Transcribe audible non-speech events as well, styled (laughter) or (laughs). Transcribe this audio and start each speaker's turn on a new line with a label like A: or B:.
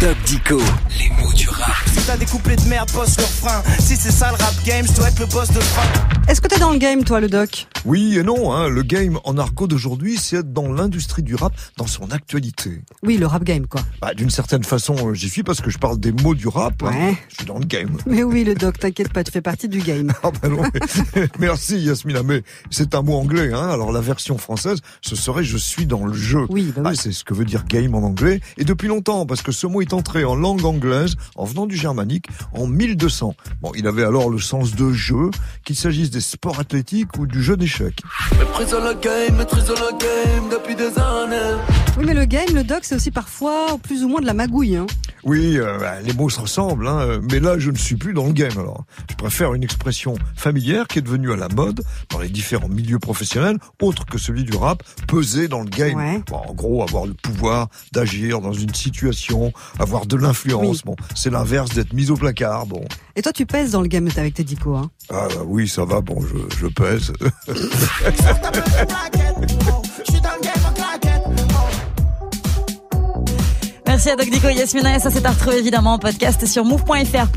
A: Doc Dico, les mots du rap.
B: Si t'as des couplets de merde, bosse leur frein. Si c'est ça le rap game, je dois être le boss de frein.
C: Est-ce que t'es dans le game, toi, le doc
D: Oui et non, hein, le game en argot d'aujourd'hui, c'est être dans l'industrie du rap, dans son actualité.
C: Oui, le rap game, quoi.
D: Bah, D'une certaine façon, euh, j'y suis parce que je parle des mots du rap. (laughs) hein.
C: Ouais.
D: Je suis dans le game.
C: (laughs) Mais oui, le doc, t'inquiète pas, tu fais partie du game.
D: Ah bah non, mais- (laughs) merci Yasmina, mais c'est un mot anglais. Hein, alors la version française, ce serait je suis dans le jeu.
C: Oui, bah oui.
D: Ah, c'est ce que veut dire game en anglais, et depuis longtemps, parce que ce mot est entré en langue anglaise en venant du germanique en 1200. Bon, il avait alors le sens de jeu, qu'il s'agisse des sports athlétiques ou du jeu d'échecs.
E: Maîtrisons le game, maîtrisons le game depuis des années.
C: Oui, mais le game, le doc, c'est aussi parfois plus ou moins de la magouille. Hein.
D: Oui, euh, bah, les mots se ressemblent, hein, euh, mais là, je ne suis plus dans le game alors. Je préfère une expression familière qui est devenue à la mode dans les différents milieux professionnels, autre que celui du rap, peser dans le game.
C: Ouais.
D: Bon, en gros, avoir le pouvoir d'agir dans une situation, avoir de l'influence.
C: Oui.
D: Bon, c'est l'inverse d'être mis au placard. Bon,
C: Et toi, tu pèses dans le game avec tes dicos. Hein.
D: ah bah oui, ça va. Bon, je, je pèse.
B: Je suis dans le game en claquette. Oh.
F: Merci à Doc Dico et Yasmina. Et ça, c'est à retrouver évidemment en podcast sur move.fr.